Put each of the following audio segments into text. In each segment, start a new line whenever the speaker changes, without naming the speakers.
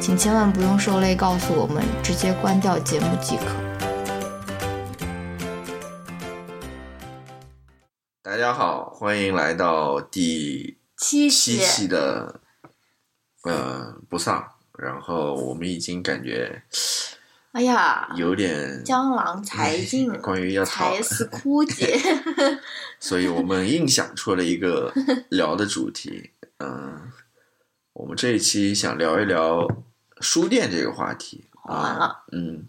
请千万不用受累告诉我们，直接关掉节目即可。
大家好，欢迎来到第
七
七
夕，
期的呃不丧，然后我们已经感觉
哎呀，
有点
江 郎才尽，
关于要讨，
才思枯竭。
所以我们硬想出了一 个聊的主题。嗯、我们这一期想聊一聊书店这个话题。
完
啊
了，
嗯，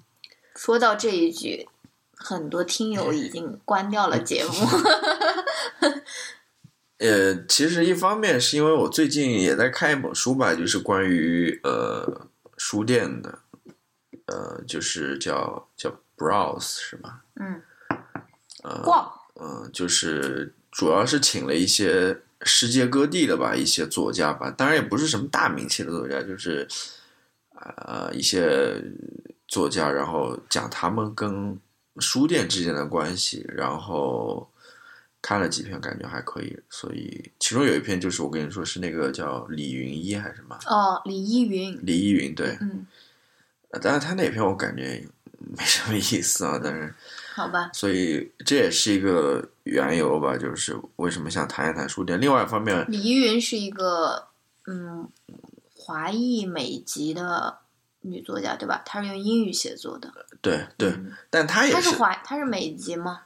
说到这一句，很多听友已经关掉了 节目。
呃，其实一方面是因为我最近也在看一本书吧，就是关于呃书店的，呃，就是叫叫 Browse 是吧？
嗯，
呃，
逛，
嗯，就是主要是请了一些世界各地的吧，一些作家吧，当然也不是什么大名气的作家，就是呃一些作家，然后讲他们跟书店之间的关系，然后看了几篇，感觉还可以，所以其中有一篇就是我跟你说是那个叫李云一还是什么
哦，李依云，
李依云对，
嗯，
呃但是他那篇我感觉没什么意思啊，但是。
好吧，
所以这也是一个缘由吧，就是为什么想谈一谈书店。另外一方面，
李依云是一个嗯华裔美籍的女作家，对吧？她是用英语写作的。
对对
嗯，
但他也
她
是
是华，她是美籍吗？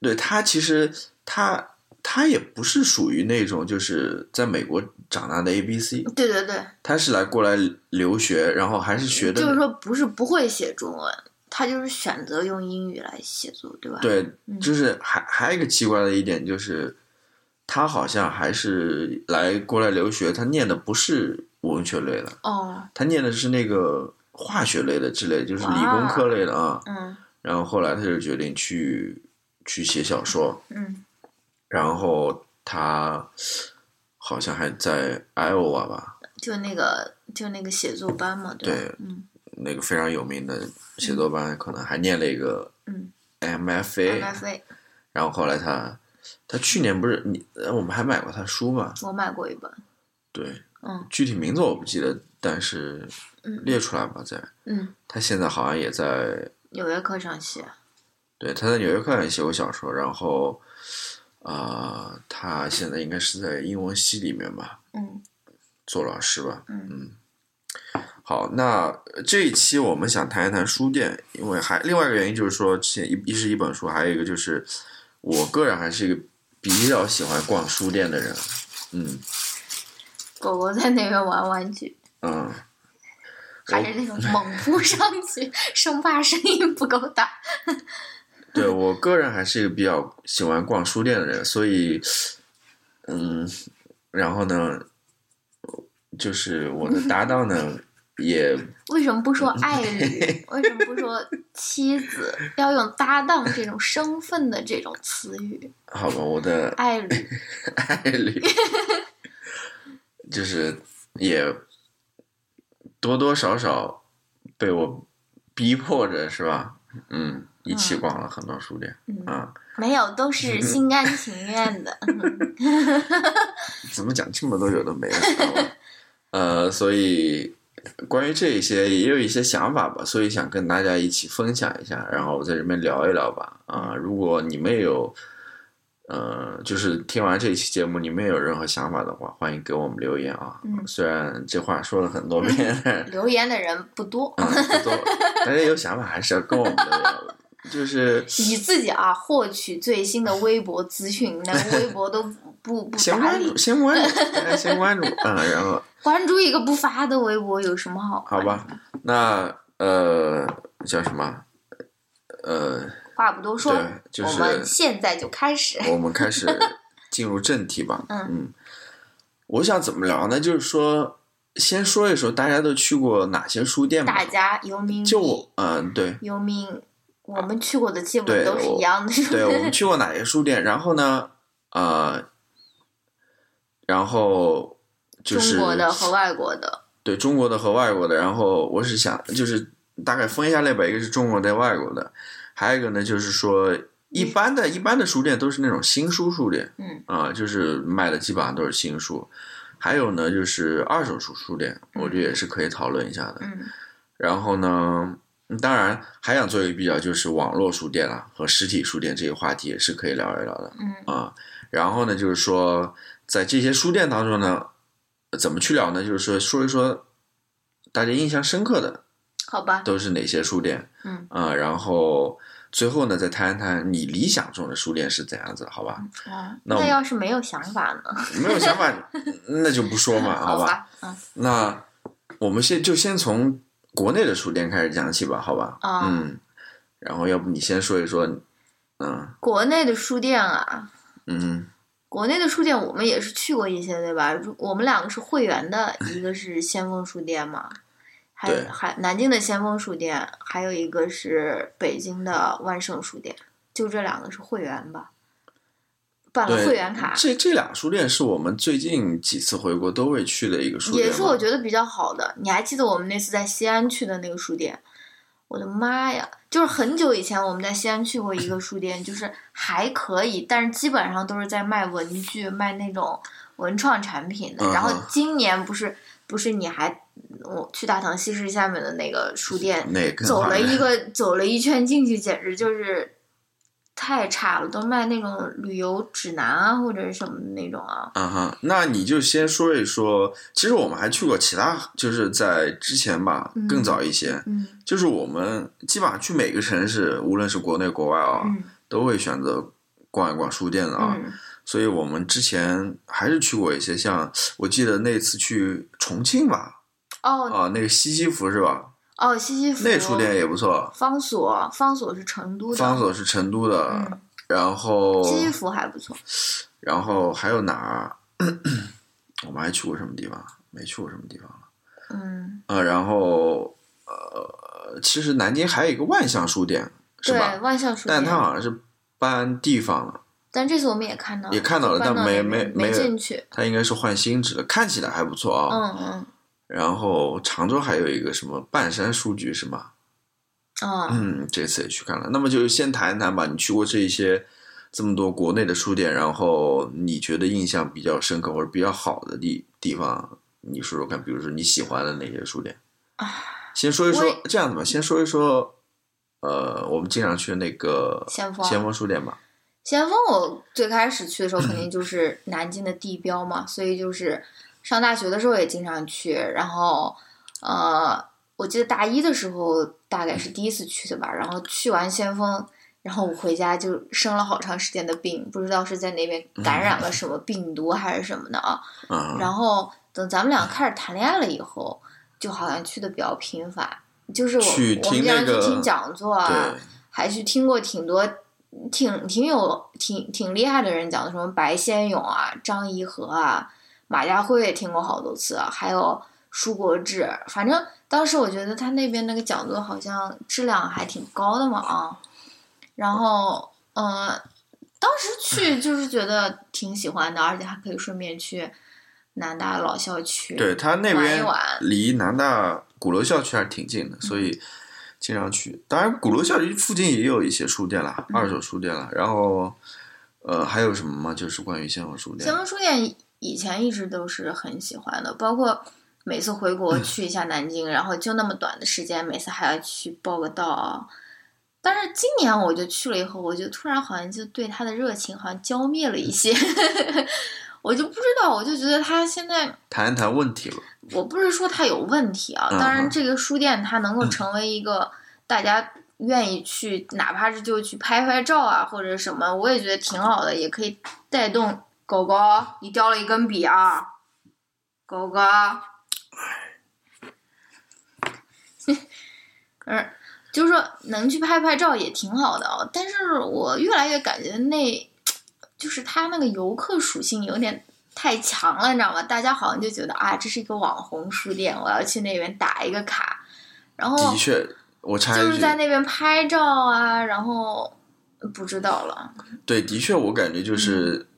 对他其实他他也不是属于那种就是在美国长大的 A B C，
对对对，
他是来过来留学，然后还是学的
就是说不是不会写中文，她就是选择用英语来写作，对吧？，
对，
嗯
就是还还有一个奇怪的一点就是，他好像还是来过来留学，他念的不是文学类的，
哦，
他念的是那个化学类的之类的，就是理工科类的啊。
嗯
然后后来他就决定去去写小说，
嗯
然后他好像还在 Iowa 吧，，
就那个就那个写作班嘛，吧？
对
嗯
那个非常有名的写作班，可能还念了一个
嗯
MFA，、
，MFA
然后后来他他去年不是你呃我们还买过他书嘛？
我买过一本，
对，
嗯
具体名字我不记得，但是
嗯
列出来吧，在
嗯，
他现在好像也在
纽约客上写，
对，他在纽约客也写过小说，然后啊、呃他现在应该是在英文系里面吧
嗯
做老师吧。
嗯
好，那呃这一期我们想谈一谈书店，因为还另外一个原因就是说，之前一一是一本书，还有一个就是我个人还是一个比较喜欢逛书店的人，嗯
狗狗在那边玩玩具，
嗯，
还是那种 猛扑上去，生怕声音不够大，
对我个人还是一个比较喜欢逛书店的人，所以，嗯，然后呢，就是我的搭档呢也
为什么不说爱 侣？为什么不说妻子？要用搭档这种身份的这种词语，
好吧，我的
爱侣，
爱 侣，就是也多多少少被我逼迫着，是吧？嗯，一起逛了很多书店
嗯，
啊、
没有，都 是心甘情愿的，嗯
怎么讲这么多有的没的？呃，所以关于这一些也有一些想法吧，所以想跟大家一起分享一下，然后在这边聊一聊吧。啊、如果你们也有。呃，就是听完这一期节目，你们也有任何想法的话，欢迎给我们留言啊。
嗯
虽然这话说了啊很多遍，
留言的人不多，
嗯，不多，大家有想法还是要跟我们聊聊。就是
你自己啊，获取最新的微博资讯，连微博都不不
先
搭
关
理
注，，先关注，大家先关注，嗯，然后
关注一个不发的微博有什么好？
好吧，那呃叫什么？呃，
话不多说，
对，就
我
是
们现在就开始。
我们开 始进入正题吧。
嗯
我想怎么聊呢？就是说，先说一说大家都去过哪些书店吧
大。家游民
就我，嗯， 对，
游民，我们去过的基
对
本都是
我
一样的，是
对，
吧
我 们去过哪些书店？然后呢，呃，然后就是
中国的和外国的。
对中国的和外国的。然后我是想，就是大概分一下类吧，一个是中国的、外国的，还有一个呢，就是说一般的、一般的书店都是那种新书书店，
嗯
啊、就是卖的基本上都是新书。还有呢，就是二手书书店，我觉得也是可以讨论一下的。
嗯，
然后呢，当然还想做一个比较，就是网络书店啦和实体书店这个话题也是可以聊一聊的。
嗯
啊，然后呢，就是说在这些书店当中呢，怎么去聊呢？就是说说一说大家印象深刻的
好吧，
都是哪些书店
嗯，
啊，然后最后呢再谈一谈你理想中的书店是怎样子的，好吧？
啊，
那我
那要是没有想法呢？
没有想 法那就不说嘛，好
好
吧？
吧，嗯
那我们先就先从国内的书店开始讲起吧，好吧？
啊
嗯，然后要不你先说一说，嗯
国内的书店啊，
嗯
国内的书店我们也是去过一些，对吧？如我们两个是会 员的，一个是先锋书店嘛，还
对
有还南京的先锋书店，还有一个是北京的万盛书店，就这两个是会员吧。办了
对
啊会员卡，
这这俩书店是我们最近几次回国都会去的一个书店吧，
也是我觉得比较好的。你还记得我们那次在西安去的那个书店？我的妈呀！就是很久以前我们在西安去过一个书店，就是还可以，但是基本上都是在卖文具、卖那种文创产品的。
嗯
然后
嗯
今年不是不是你还我去大唐西市下面的那个书店，
那更
走
好
了
呀
一个走了一圈进去，简直就是太差了，都卖那种旅游指南啊或者是什么的那种啊。
啊哈，那你就先说一说。其实我们还去过其他，就是在之前吧，
嗯
更早一些，
嗯
就是我们基本上去每个城市，无论是国内国外啊，
嗯
都会选择逛一逛书店的啊。
嗯
所以我们之前还是去过一些像，我记得那次去重庆吧，
哦，
啊，那个西西弗是吧？
哦，西西弗
那书店也不错，
方所，方所是成都的，
方哦所是成都的，
嗯
然后
西西弗还不错。
然后还有哪儿？ 我们还去过什么地方？没去过什么地方了。
嗯，
呃，然后呃，其实南京还有一个万象书店，是
对，
吧？
万象书店
但。它好像是搬地方了，
但这次我们也看到
也看到了
啊搬
但
到
没
那边
没
没
没
进去。
它应该是换新址了，看起来还不错啊、
嗯嗯
然后常州还有一个什么半山书局是吗？
嗯，
嗯，这次也去看了。那么就先谈一谈吧，你去过这一些这么多国内的书店，然后你觉得印象比较深刻或者比较好的地地方，你说说看，比如说你喜欢的哪些书店？先说一
我
说
也
这样子吧，先说一说，呃，我们经常去的那个
先锋啊
先锋书店吧。
先锋我最开始去的时候肯定就是南京的地标嘛，所以就是上大学的时候也经常去，然后呃，我记得大一的时候大概是第一次去的吧，然后去完先锋。然后我回家就生了好长时间的病，不知道是在那边感染了什么病毒还是什么的啊。
嗯，
然后等咱们俩开始谈恋爱了以后，就好像去的比较频繁，就是我
去
我们
听
经常
那个
去听讲座啊，还去听过挺多挺挺有挺挺厉害的人讲的，什么白先勇啊、张颐和啊、马家辉也听过好多次啊，还有舒国治，反正当时我觉得他那边那个讲座好像质量还挺高的嘛啊，然后呃，当时去就是觉得挺喜欢的，而且还可以顺便去南大老校区
对，对他那
玩一嗯
边
玩，
离南大鼓楼校区还是挺近的，所以经常去。当然，鼓楼校区附近也有一些书店啦，
嗯
二手书店啦。然后，呃，还有什么吗？就是关于先锋书店
先。锋书店以前一直都是很喜欢的，包括每次回国去一下南京，然后就那么短的时间，每次还要去报个到啊。但是今年我就去了以后，我就突然好像就对它的热情好像浇灭了一些， 我就不知道，我就觉得它现在
谈一谈问题吧。
我不是说它有问题啊，
嗯
当然这个书店它能够成为一个大家愿意去，哪怕是就去拍拍照啊或者什么，我也觉得挺好的，也可以带动狗狗。你掉了一根笔啊，狗 狗。嗯，就是说能去拍拍照也挺好的啊，但是我越来越感觉那，就是它那个游客属性有点太强了，你知道吗？大家好像就觉得啊，这是一个网红书店，我要去那边打一个卡，然后
的确，我插一
哦就
句，
是在那边拍照啊，然后不知道了，
对，的确，我感觉
嗯
就是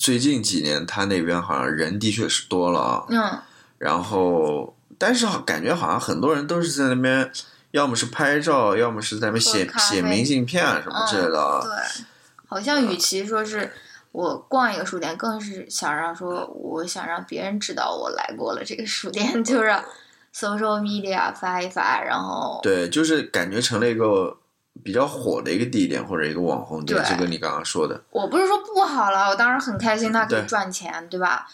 最近几年，他那边好像人的确是多了啊。
嗯，
然后，但是好感觉好像很多人都是在那边，要么是拍照，要么是在那边写
喝咖啡嗯
写明信片啊什么之类的啊。
对，好像与其说是我逛一个书店，更是想让说，我想让别人知道我来过了这个书店， 就是 social media 发一发，然后
对，就是感觉成了一个比较火的一个地点或者一个网红店，
对
这个你刚刚说的，
我不是说不好了，我当时很开心，它可以
对
赚钱，对吧？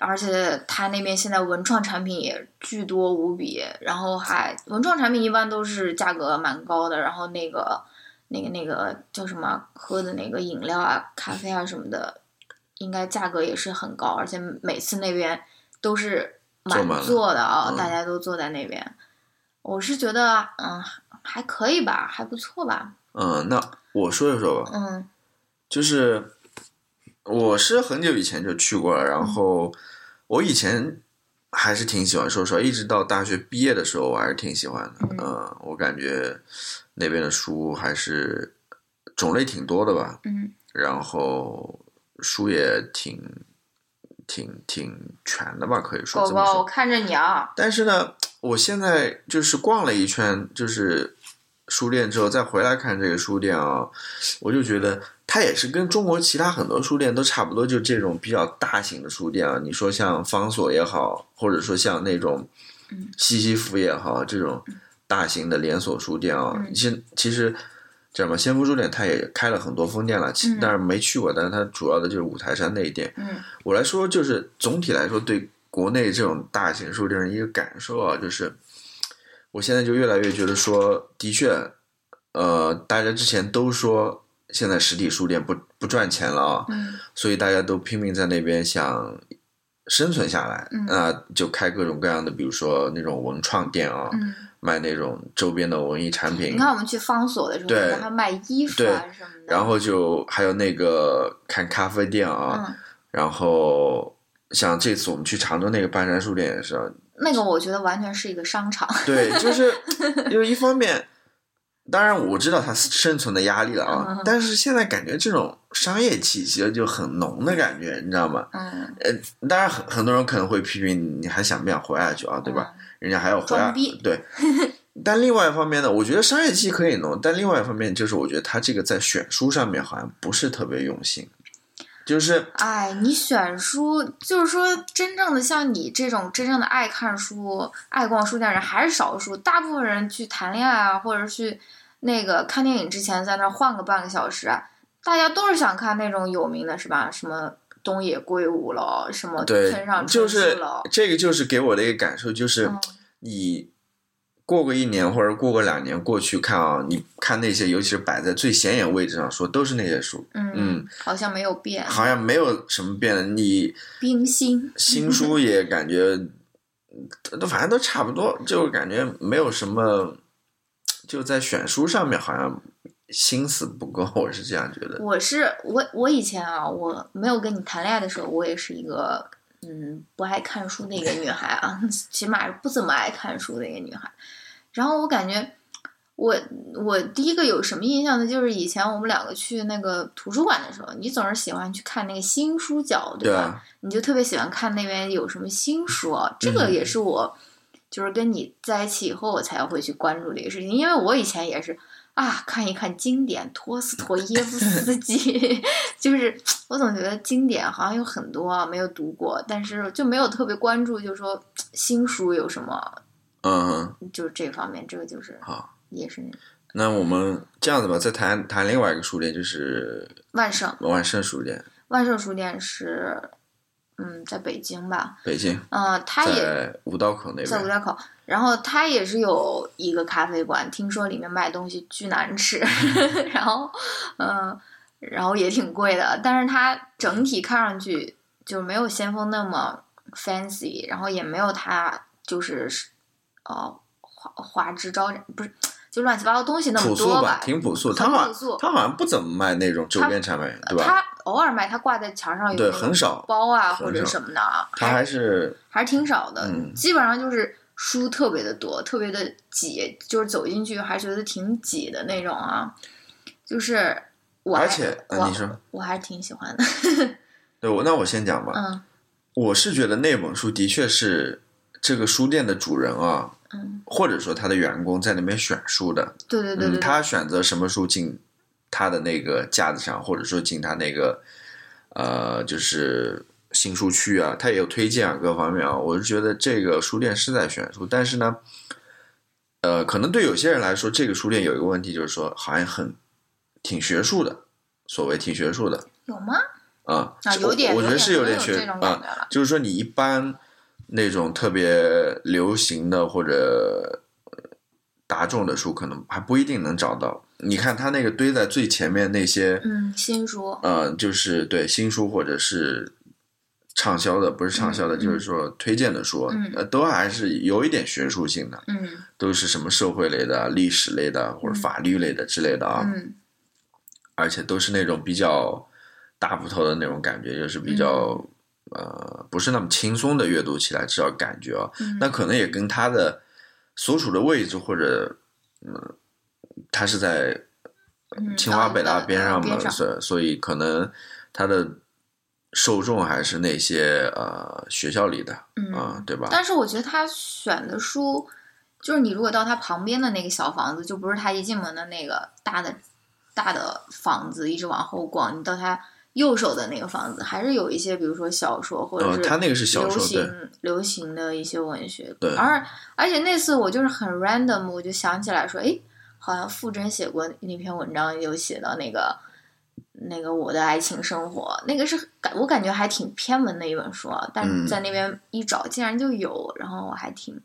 而且它那边现在文创产品也巨多无比，然后还文创产品一般都是价格蛮高的，然后那个那个那个叫什么喝的那个饮料啊、咖啡啊什么的，应该价格也是很高，而且每次那边都是满
坐满了
座的啊、
嗯
大家都坐在那边。我是觉得，嗯，还可以吧，还不错吧，
嗯，那我说一说吧，
嗯
就是我是很久以前就去过了，然后我以前还是挺喜欢，说实话，一直到大学毕业的时候，我还是挺喜欢的。
嗯
嗯，我感觉那边的书还是种类挺多的吧，
嗯
然后书也挺挺挺全的吧，可以说
狗
这么
狗，我
说。
看着你啊。
但是呢，我现在就是逛了一圈，就是书店之后再回来看这个书店啊、我就觉得它也是跟中国其他很多书店都差不多，就这种比较大型的书店啊，你说像方所也好，或者说像那种
嗯
西西弗也好，这种大型的连锁书店啊，
嗯
其、其实。叫什么先锋书店，它也开了很多分店了，其
嗯
但是没去过。但是它主要的就是五台山那一店，
嗯
我来说，就是总体来说，对国内这种大型书店的一个感受啊，就是我现在就越来越觉得说，的确，呃，大家之前都说现在实体书店不不赚钱了啊，
嗯
所以大家都拼命在那边想生存下来，
嗯
啊、就开各种各样的，比如说那种文创店啊，
嗯，
卖那种周边的文艺产品
你，看我们去方所的时候，
对
人家还卖衣服啊什么的。
然后就还有那个看咖啡店啊，
嗯，
然后像这次我们去常州那个半山书店也是啊，
那个我觉得完全是一个 商场。
对， 就是因为一方面，当然我知道它生存的压力了啊，
嗯
但是现在感觉这种商业气息就很浓的感觉，你知道吗？
嗯，
呃，当然很很多人可能会批评你还想不想活下去啊，对吧？人家还要活下
嗯装逼
对。 但另外一方面呢，我觉得商业气息可以浓，但另外一方面就是我觉得他这个在选书上面好像不是特别用心，就是
嗯？哎，你选书，就是说真正的像你这种真正的爱看书、爱逛书店的人还是少数，大部分人去谈恋爱啊，或者去那个看电影之前在那儿晃个半个小时啊，大家都是想看那种有名的，是吧？什么东野圭吾喽，什么
对
村上，
就
春
是
树喽，
这个就是给我的一个感受，就是
嗯
你过个一年或者过个两年过去看啊，你看那些，尤其是摆在最显眼位置上说，都是那些书，嗯
嗯，好像没有变。
好像没有什么变的。你
冰心，
新书也感觉都反正都差不多，就感觉没有什么，就在选书上面好像心思不够， 我是这样觉得。
我是我我以前啊，我没有跟你谈恋爱的时候，我也是一个嗯不爱看书的一个女孩啊， 起码是不怎么爱看书的一个女孩。然后我感觉我我第一个有什么印象呢？就是以前我们两个去那个图书馆的时候，你总是喜欢去看那个新书角，
对
吧？
啊，
你就特别喜欢看那边有什么新书啊，这个
嗯
也是我就是跟你在一起以后我才会去关注的一个事情，因为我以前也是啊，看一看经典托斯妥耶夫斯基， 就是我总觉得经典好像有很多啊没有读过，但是就没有特别关注，就说新书有什么，
嗯，
就是这方面，这个就是
好，
也是
那我们这样子吧，再谈谈另外一个书店，就是
万盛
万盛书店。
万盛书店是嗯，在北京吧，
北京，
嗯、他也
在五道口那
在五
边。
道口，然后他也是有一个咖啡馆，听说里面卖东西巨难吃， 然后，嗯、然后也挺贵的，但是它整体看上去就没有先锋那么 fancy，然后也没有它就是，呃，花花枝招展，不是就乱七八糟东西那么
朴素
多
吧，挺朴素。
很
他好
朴素
像他好像不怎么卖那种周边产品，对吧？
它偶尔卖，它挂在墙上有
对
那种
很少
包啊
很
或者
少
什么的啊，
他还是
还是挺少的，
嗯
基本上就是书特别的多，特别的挤，就是走进去还觉得挺挤的那种啊。就是我还，
而且呃
我
你说
我还是挺喜欢的，
对我，那我先讲吧。
嗯
我是觉得那本书的确是这个书店的主人啊，
嗯，
或者说他的员工在那边选书的，
对对对对
嗯，
对，
他选择什么书进他的那个架子上，或者说进他那个呃，就是新书区啊，他也有推荐啊，各方面啊，我是觉得这个书店是在选书，但是呢，呃，可能对有些人来说，这个书店有一个问题，就是说好像很挺学术的，所谓挺学术的
有吗？
啊，
啊，
是
有点，
我我觉得是有
点
点
可
学
能这种
啊
感，觉了。
就是说你一般那种特别流行的或者呃大众的书，可能还不一定能找到。你看他那个堆在最前面那些，
嗯，新书，
呃，就是对新书或者是畅销的，不是畅销的，
嗯
就是说推荐的书，
嗯
呃，都还是有一点学术性的，
嗯
都是什么社会类的、历史类的或者法律类的之类的啊，
嗯
而且都是那种比较大部头的那种感觉，就是比较、呃不是那么轻松的阅读起来，至少感觉啊，
嗯，
那可能也跟他的所处的位置或者嗯，他是在
嗯
清华北大边上嘛，
边上
所以所以可能他的受众还是那些呃学校里的啊、
嗯，
对吧？
但是我觉得他选的书，就是你如果到他旁边的那个小房子，就不是他一进门的那个大的大的房子，一直往后逛，你到他右手的那个房子，还是有一些，比如说小说或者
呃，
是
他那个是小
流
说，对
行流行的一些文学。
对
而而且那次我就是很 random，我就想起来说，诶，好像傅征写过那篇文章，有写到那个。那个我的爱情生活，那个是感我感觉还挺偏门的一本书啊，但
嗯
是在那边一找竟然就有，然后我还挺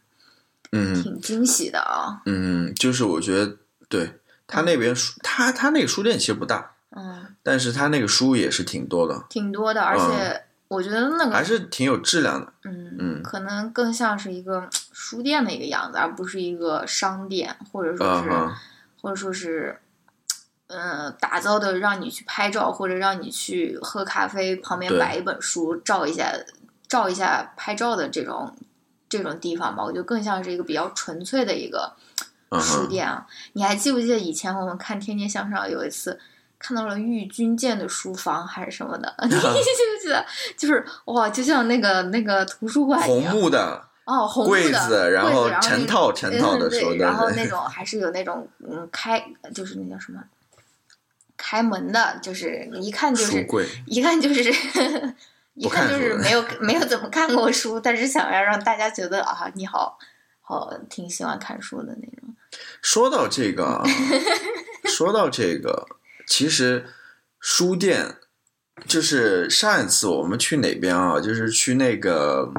嗯，
挺惊喜的啊，
嗯，就是我觉得对他那边书，他他那个书店其实不大，
嗯，
但是他那个书也是挺多的，
挺多的，而且我觉得那
嗯还
个
是挺有质量的。
嗯
嗯
可能更像是一个书店的一个样子，而不是一个商店，或者说
嗯
是、
哼，
或者说是，嗯，打造的让你去拍照，或者让你去喝咖啡，旁边
对
摆一本书，照一下，照一下拍照的这种这种地方吧，我觉得更像是一个比较纯粹的一个
嗯
书
哼，
店啊。你还记不记得以前我们看《天天向上》有一次？看到了郁钧剑的书房还是什么的， 你记不记得？就是哇，就像那个那个图书馆一
红
样，
木的
哦，红木的
柜子，然后
那
成
个
套成套的
嗯对
说的，
然后那种还是有那种嗯开，就是那叫什么，开门的，就是一看就
书
是
柜，
一看就是 一
不看
看就
书
是
的
没有没有怎么看过书，但是想要让大家觉得啊你好好挺喜欢看书的那种，
说到这个啊，说到这个，其实书店就是上一次我们去哪边啊？就是去那个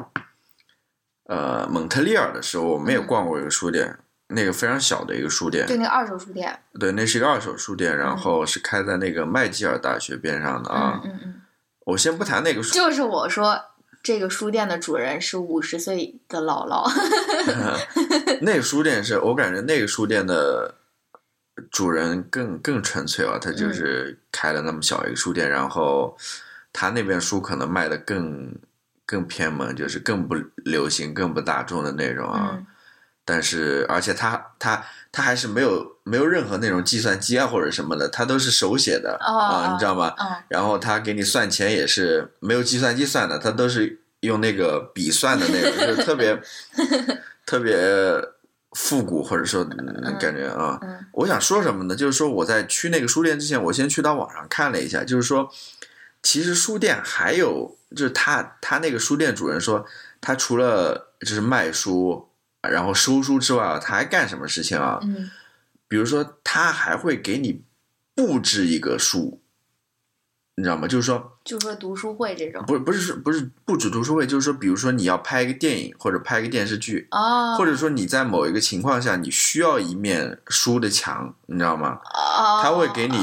呃蒙特利尔的时候，我
嗯
们也逛过一个书店，那个非常小的一个书店，
就那个二手书店，
对，那是一个二手书店，然后是开在那个麦吉尔大学边上的啊
嗯。嗯嗯，
我先不谈那个书，
就是我说。这个书店的主人是五十岁的姥姥，
那个书店是我感觉那个书店的主人更更纯粹啊，他
嗯
就是开了那么小一个书店，然后他那边书可能卖的更更偏门，就是更不流行、更不大众的那种啊。
嗯
但是，而且他他他还是没有没有任何那种计算机啊或者什么的，他都是手写的
哦
啊、
哦
你知道吗？
嗯，
然后他给你算钱也是没有计算机算的，他都是用那个笔算的那种，就是特 别特别复古，或者说嗯感觉啊。
嗯
我想说什么呢？就是说我在去那个书店之前，我先去到网上看了一下，就是说，其实书店还有就是他他那个书店主人说，他除了就是卖书。然后收书之外啊，他还干什么事情啊？
嗯，
比如说，他还会给你布置一个书，你知道吗？就是说，
就说读书会这种
不是不是说不是不止读书会，就是说，比如说你要拍一个电影或者拍一个电视剧，
啊，
或者说你在某一个情况下你需要一面书的墙，你知道吗？
啊，
他会给你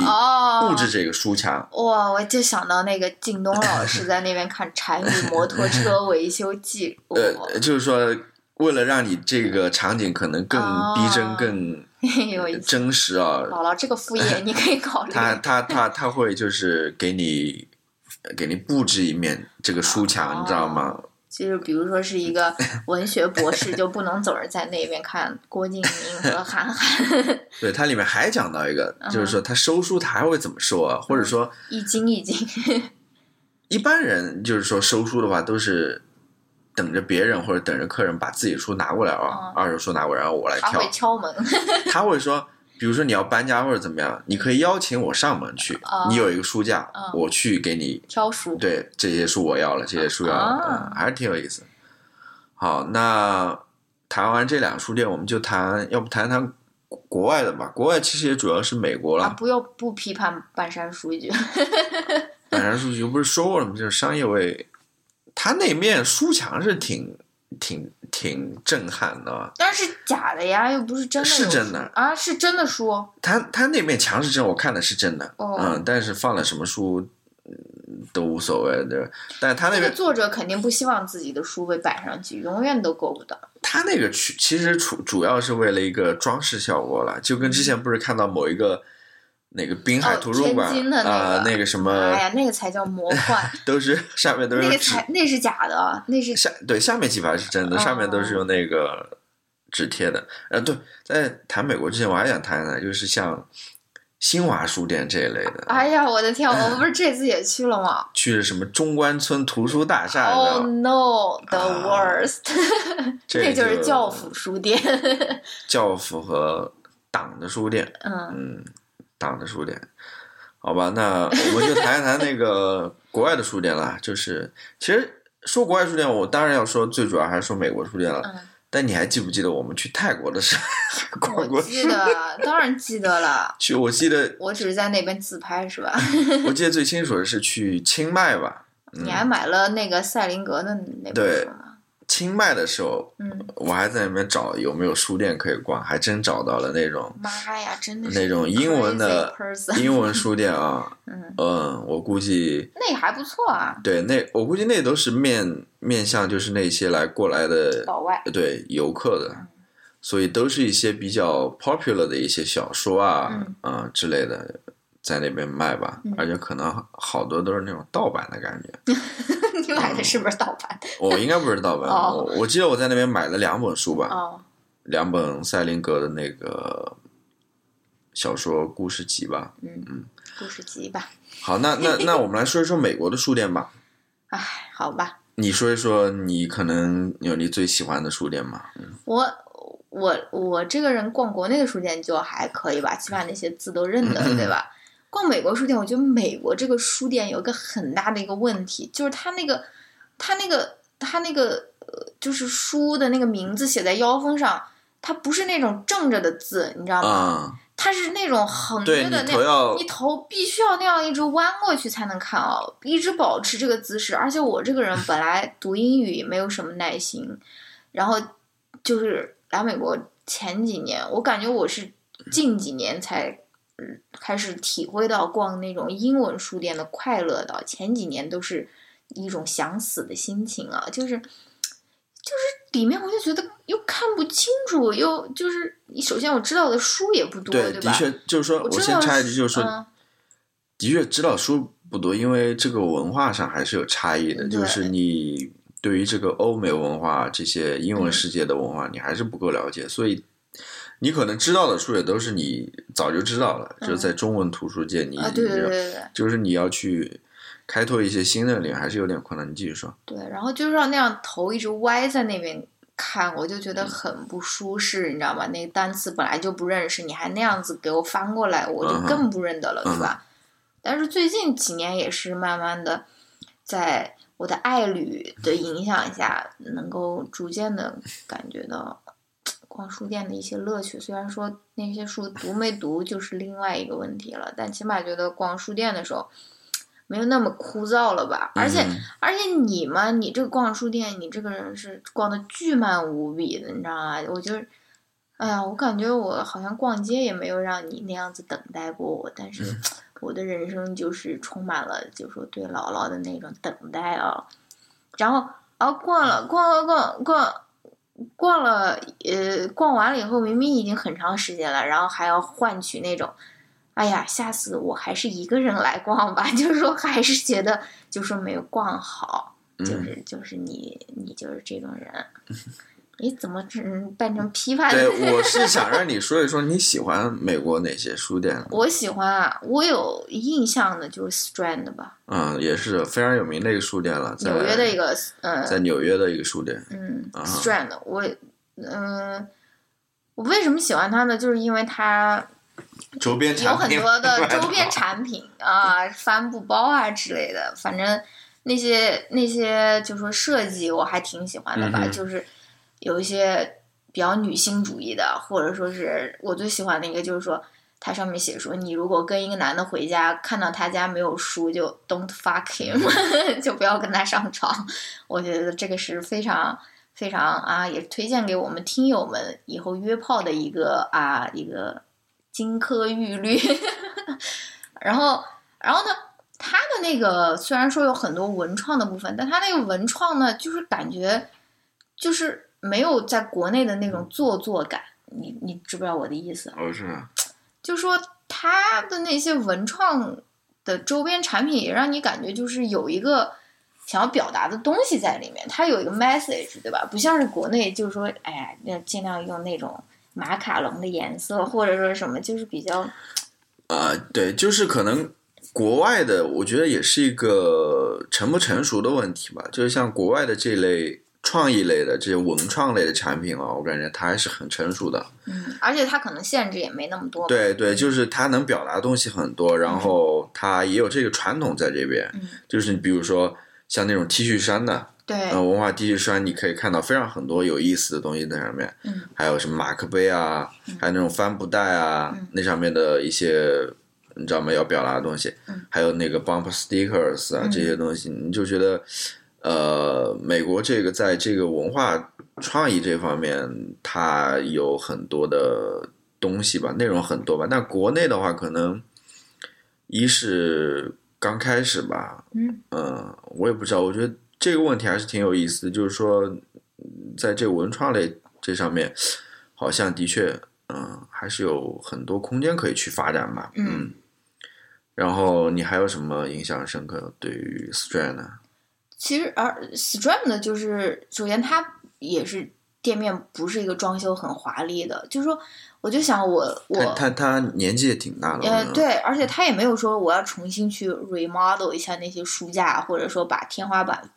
布
布置这个书墙，
哇，我就想到那个靳东老师在那边看《柴米摩 托车维修记录》
呃，就是说为了让你这个场景可能更逼真、
哦
更
有一次，
真实啊，
姥姥这个副业你可以考虑。
他他他他会就是给你给你布置一面这个书墙，你知道吗？
哦就是比如说是一个文学博士，就不能总是在那边看郭敬明和韩寒，
对，它里面还讲到一个，
嗯
就是说他收书他还会怎么收啊？或者说
一惊一惊。
一般人就是说收书的话都是。等着别人或者等着客人把自己的书拿过来啊
嗯，
二手书拿过来，然后我来
他
挑
会。敲门，
他会说，比如说你要搬家或者怎么样，你可以邀请我上门去
哦，
你有一个书架
嗯，
我去给你
挑书。
对，这些书我要了，这些书要了，
啊
嗯，还是挺有意思。好，那谈完这两个书店，我们就谈，要不谈谈国国外的吧？国外其实也主要是美国
啊，
了。
不要不批判半山书局，
本来书局不是说过了吗？就是商业味，它那面书墙是挺挺挺震撼的啊。
但是假的呀，又不是真的有
是
书。
真的
啊，是真的书。
它它那面墙是真的，我看的是真的，
哦
嗯，但是放了什么书嗯都无所谓的。但它那
这
个
个作者肯定不希望自己的书被摆上去，永远都够不到。
它那个去其实主主要是为了一个装饰效果了，就跟之前不是看到某一个哪个滨海
嗯哦
图书馆啊、
天津的那个
那个什
哎
么
呀，那个才叫魔幻，
都是上呃面都是
那
用
个
纸
才那是假的，那是
下对下面几排是真的，
哦
上面都是用那个纸贴的。呃，对，在谈美国之前，我还想谈谈，就是像新华书店这一类的，
哎呀，我的天，我 们不是这次也去了吗
去什么中关村图书大厦，你知道
？Oh
吗
no，the
啊
worst，
这
那就是
就
教辅书店。
教辅和党的书店。
嗯，
嗯，党的书店。好吧，那我们就谈一谈那个国外的书店啦。就是其实说国外书店，我当然要说最主要还是说美国书店了。
嗯
但你还记不记得我们去泰国的时候 逛
我
过？
记得，当然记得了。
去我记得
我只是在那边自拍是吧？
我记得最清楚的是去清迈吧。
你还买了那个赛林格的那
嗯
本
对
书吗？
清迈的时候，
嗯，
我还在那边找有没有书店可以逛，还真找到了那种
妈呀，真的是
那种英文的
crazy person
英文书店啊。
嗯，
嗯，我估计
那也还不错啊，
对，那我估计那都是面面向就是那些来过来的
老外。
对游客的，所以都是一些比较 popular 的一些小说啊啊、
嗯
之类的。在那边卖吧，
嗯
而且可能好多都是那种盗版的感觉。
你买的是不是盗版？
我应该不是盗版，
哦
我我记得我在那边买了两本书吧，
哦，
两本塞林格的那个小说故事集吧。
嗯，故事集吧。
好，那那那我们来说一说美国的书店吧。
唉，哎好吧，
你说一说你可能有你最喜欢的书店吗？
我我我这个人逛国内的书店就还可以吧，起码那些字都认得，对吧？逛美国书店，我觉得美国这个书店有一个很大的一个问题，就是它那个它那个它那个呃，就是书的那个名字写在腰封上，它不是那种正着的字，你知道吗？
啊、
它是那种横着
对
的
你
那
头要
你头必须要那样一直弯过去才能看哦，一直保持这个姿势。而且我这个人本来读英语也没有什么耐心，然后就是来美国前几年，我感觉我是近几年才嗯开始体会到逛那种英文书店的快乐的，前几年都是一种想死的心情啊，就是。就是里面我就觉得又看不清楚，又就是你首先我知道的书也不多，
对，
吧？
的确就是说，
我
我
知
先
道
插一句，就是说，
嗯
的确知道书不多，因为这个文化上还是有差异的，
对
就是你对于这个欧美文化、这些英
嗯
文世界的文化，你还是不够了解，所以你可能知道的书也都是你早就知道了，
嗯
就是在中文图书界你，
啊，对对对对对
就是你要去开拓一些新的领域，还是有点困难。你继续说，
对，然后就让那样头一直歪在那边看，我就觉
嗯
得很不舒适，你知道吗？那个单词本来就不认识，你还那样子给我翻过来，我
嗯
就
哼
更不认得了，
嗯
对吧？但是最近几年也是慢慢的，在我的爱侣的影响下，能够逐渐的感觉到逛书店的一些乐趣。虽然说那些书读没读就是另外一个问题了，但起码觉得逛书店的时候，没有那么枯燥了吧？而且、
嗯
而且你嘛，你这个逛书店，你这个人是逛的巨慢无比的，你知道吗？我就，哎呀，我感觉我好像逛街也没有让你那样子等待过我，但是
嗯
我的人生就是充满了，就说对姥姥的那种等待啊。然后，然后逛了逛了逛逛逛了，呃，逛完了以后，明明已经很长时间了，然后还要换取那种。哎呀，下次我还是一个人来逛吧， 就是说还是觉得就是没有逛好，就
嗯，
是就是你你就是这种人，你怎么嗯变成批判？
对，我是想让你说一说你喜欢美国哪些书店。
我喜欢啊，我有印象的就是 Strand 吧，
嗯，也是非常有名的一个书店了，在
纽约的一个嗯
在纽约的一个书店。
嗯
啊
Strand，我嗯。我为什么喜欢它呢？就是因为它
周边
有
产
很
品
多的
卖
周边
得好
产品啊，帆布包啊之类的，反正那些那些就说设计我还挺喜欢的吧，
嗯哼
就是有一些比较女性主义的，或者说是我最喜欢的一个就是说。它上面写说，你如果跟一个男的回家，看到他家没有书，就 don't fuck him，就不 要跟他上床。我觉得这个是非常非常啊，也推荐给我们听友们以后约炮的一个啊一个金科玉律。然后，然后呢，他的那个虽然说有很多文创的部分，但他那个文创呢，就是感觉就是没有在国内的那种做作感。你你知不知道我的意思？
哦，是啊
就说他的那些文创的周边产品，也让你感觉就是有一个想要表达的东西在里面，它有一个 message，对吧？不像是国内就是说，哎呀，要尽量用那种马卡龙的颜色，或者说什么，就是比较
啊，对，就是可能国外的，我觉得也是一个成不成熟的问题吧。就是像国外的这类创意类的这些文创类的产品啊，我感觉它还是很成熟的。
嗯，而且它可能限制也没那么多。，
对对，就是它能表达的东西很多，然后它也有这个传统在这边。
嗯，
就是你比如说像那种 T 恤衫的，
对，
呃，文化 T 恤衫你可以看到非常很多有意思的东西在上面，
嗯，
还有什么马克杯啊，还有那种帆布袋啊，
嗯
那上面的一些你知道吗？要表达的东西，
嗯
还有那个 bump stickers 啊、
嗯
这些东西，你就觉得，呃，美国这个在这个文化创意这方面，它有很多的东西吧，内容很多吧。但国内的话，可能一是刚开始吧，
嗯
嗯，我也不知道，我觉得这个问题还是挺有意思的，就是说，嗯在这个文创类这上面，好像的确，嗯，还是有很多空间可以去发展吧，
嗯
嗯。然后你还有什么印象深刻对于 Strand 呢？
其实而 Strand 就是，首先它也是店面不是一个装修很华丽的，就是说，我就想我我
他他他年纪也挺大的，
呃，
嗯，
对，而且他也没有说我要重新去 remodel 一下那些书架，或者说把天花板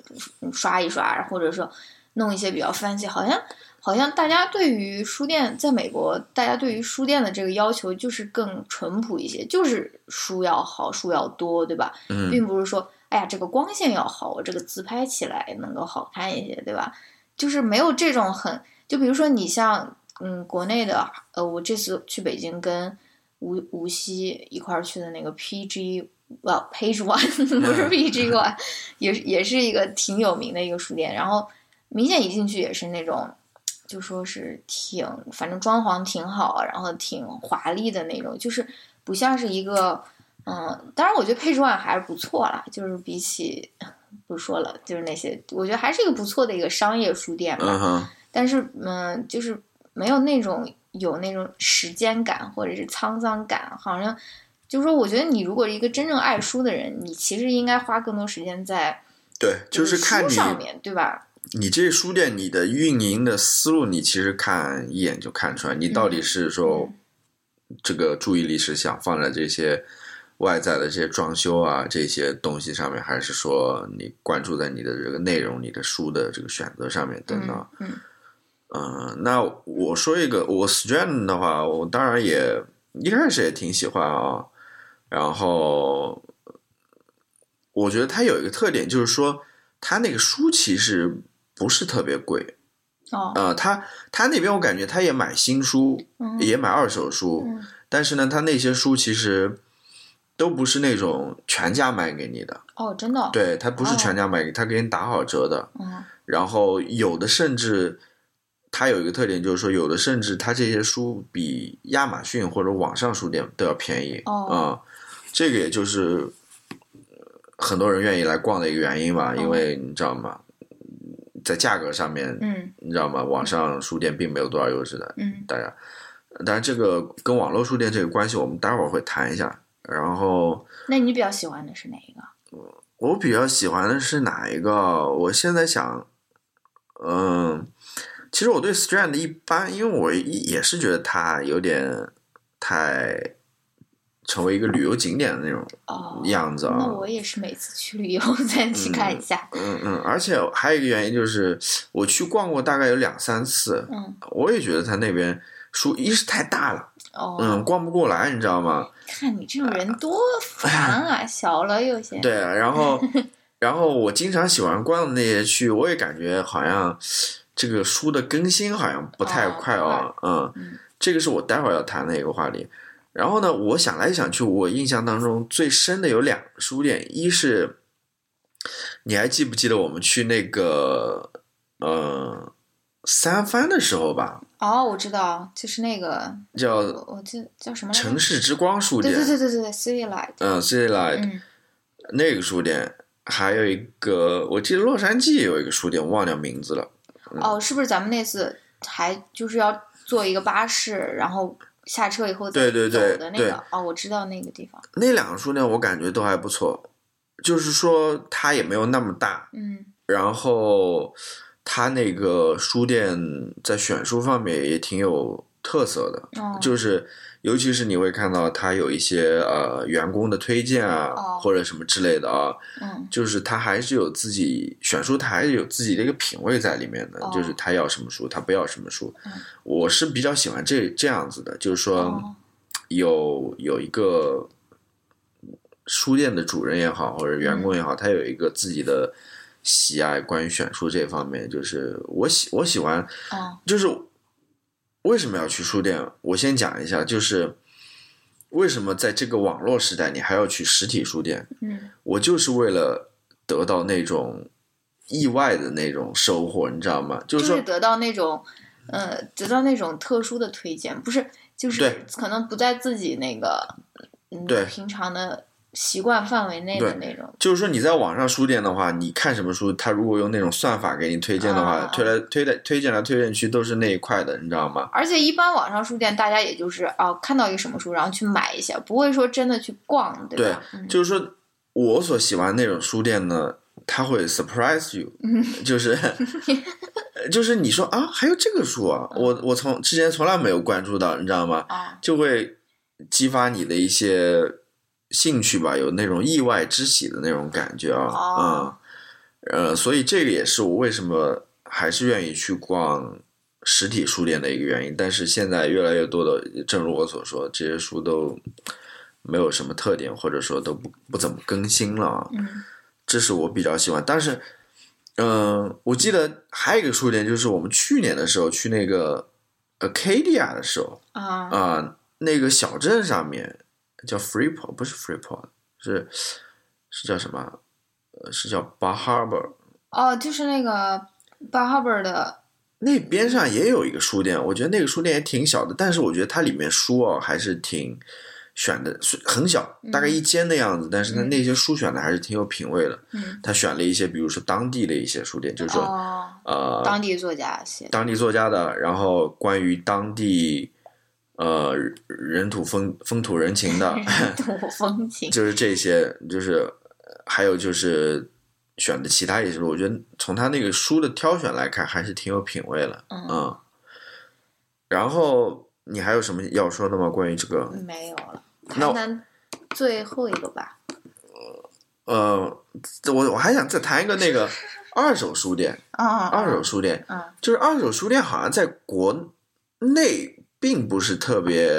嗯刷一刷，或者说弄一些比较 fancy。好像好像大家对于书店，在美国，大家对于书店的这个要求就是更淳朴一些，就是书要好，书要多，对吧？
嗯
并不是说，哎呀，这个光线要好，我这个自拍起来能够好看一些，对吧？就是没有这种很，就比如说你像，嗯，国内的，呃，我这次去北京跟无无锡一块儿去的那个 PG，哇、p a g e One 不是 PG One，也是也是一个挺有名的一个书店，然后明显一进去也是那种。就说是挺，反正装潢挺好，然后挺华丽的那种，就是不像是一个，嗯，当然我觉得配置 One 还是不错啦，就是比起不说了，就是那些，我觉得还是一个不错的一个商业书店吧。
嗯哼，
但是嗯，就是没有那种有那种时间感或者是沧桑感，好像就是说，我觉得你如果一个真正爱书的人，你其实应该花更多时间在呃
对，就是看
嗯书
你
上面，对吧？
你这书店你的运营的思路，你其实看一眼就看出来，你到底是说这个注意力是想放在这些外在的这些装修啊这些东西上面，还是说你关注在你的这个内容、你的书的这个选择上面等等。
嗯嗯
嗯，那我说一个，我 Strand 的话，我当然也一开始也挺喜欢啊。然后我觉得它有一个特点，就是说它那个书其实不是特别贵
哦，
啊、呃。它它那边我感觉它也买新书，
嗯
也买二手书，
嗯
但是呢，它那些书其实都不是那种全价买给你的，
哦，真的，
对，它不是全价买给，它给你打好折的。
嗯，
然后有的甚至它有一个特点，就是说有的甚至它这些书比亚马逊或者网上书店都要便宜啊、
哦
这个也就是呃很多人愿意来逛的一个原因吧，因
哦
为你知道吗，在价格上面，
嗯
你知道吗，网上书店并没有多少优势的，
嗯
当然，当然这个跟网络书店这个关系，我们待会儿会谈一下。然后
那你比较喜欢的是哪一个？
我比较喜欢的是哪一个？我现在想，嗯，其实我对 Strand 一般，因为我也是觉得它有点太成为一个旅游景点的那种
哦，
样子啊。
那我也是每次去旅游 再去看一下。
嗯嗯，而且还有一个原因就是，我去逛过大概有两三次，
嗯，
我也觉得它那边书一是太大了，
哦，
嗯，逛不过来，你知道吗？
看你这种人多烦啊，小了有些。
对，然 后然后我经常喜欢逛的那些区，我也感觉好像这个书的更新好像不太
哦
快哦，嗯
嗯，
这个是我待会儿要谈的一个话题。然后呢，我想来想去，我印象当中最深的有两个书店，一是你还记不记得我们去那个呃三藩的时候吧，
哦，我知道，就是那个，
叫
我我记得叫什么来着
城？市之光书
哦对
店，
对对对对对，City Light。
嗯，City Light，
嗯，
那个书店，还有一个我记得洛杉矶也有一个书店，忘掉名字了。
哦，是不是咱们那次还就是要坐一个巴士，然后下车以后
对对对
走的那
对
个？哦，我知道那个地方。
那两个书店我感觉都还不错，就是说它也没有那么大，
嗯
然后它那个书店在选书方面也挺有特色的，
哦，
就是尤其是你会看到它有一些呃员工的推荐啊，
哦
或者什么之类的啊，
嗯
就是他还是有自己选书，他还是有自己的一个品味在里面的，
哦
就是他要什么书，他不要什么书。
嗯
我是比较喜欢这这样子的，就是说
哦
有有一个书店的主人也好，或者员
嗯
工也好，他有一个自己的喜爱，关于选书这方面，就是我喜我喜欢
哦
就是为什么要去书店？我先讲一下，就是为什么在这个网络时代，你还要去实体书店？
嗯
我就是为了得到那种意外的那种收获，你知道吗？就
就是
说，
是得到那种，呃，得到那种特殊的推荐，不是，就是
对
可能不在自己那个，嗯
对，
平常的习惯范围内的那种，
就是说你在网上书店的话，你看什么书，它如果用那种算法给你推荐的话，
啊
推来推来推荐来推荐去都是那一块的，你知道吗？
而且一般网上书店大家也就是哦，看到一个什么书，然后去买一下，不会说真的去逛，
对
吧？，嗯
就是说我所喜欢那种书店呢，它会 surprise you，就是 就是你说啊，还有这个书啊，我我从之前从来没有关注到，你知道吗？
嗯啊，
就会激发你的一些兴趣吧，有那种意外之喜的那种感觉啊，
哦
嗯，呃，所以这个也是我为什么还是愿意去逛实体书店的一个原因。但是现在越来越多的，正如我所说，这些书都没有什么特点，或者说都不不怎么更新了啊。
嗯
这是我比较喜欢。但是，嗯、我记得还有一个书店，就是我们去年的时候去那个呃 Acadia 的时候，
啊，
啊、那个小镇上面叫 Freeport，不是 Freeport，是是叫什么？呃，是叫 Bar Harbor。
哦，就是那个 b a h a b e r 的，
那边上也有一个书店，我觉得那个书店也挺小的，但是我觉得它里面书哦还是挺选的，虽很小，大概一间的样子，但是它那些书选的还是挺有品味的。
嗯，
他选了一些，比如说当地的一些书店，就是说、
哦，
呃
当地作家写的，
当地作家的，然后关于当地呃人土风风土人情的，
土风情，
就是这些，就是呃还有就是选的其他一些书，我觉得从他那个书的挑选来看，还是挺有品味了，
嗯
嗯。然后你还有什么要说的吗？关于这个，
没有了，
那
谈
我
谈最后一个吧。
呃，我我还想再谈一个那个二手书店，
啊，
二手书店
嗯，
就是二手书店好像在国内并不是特别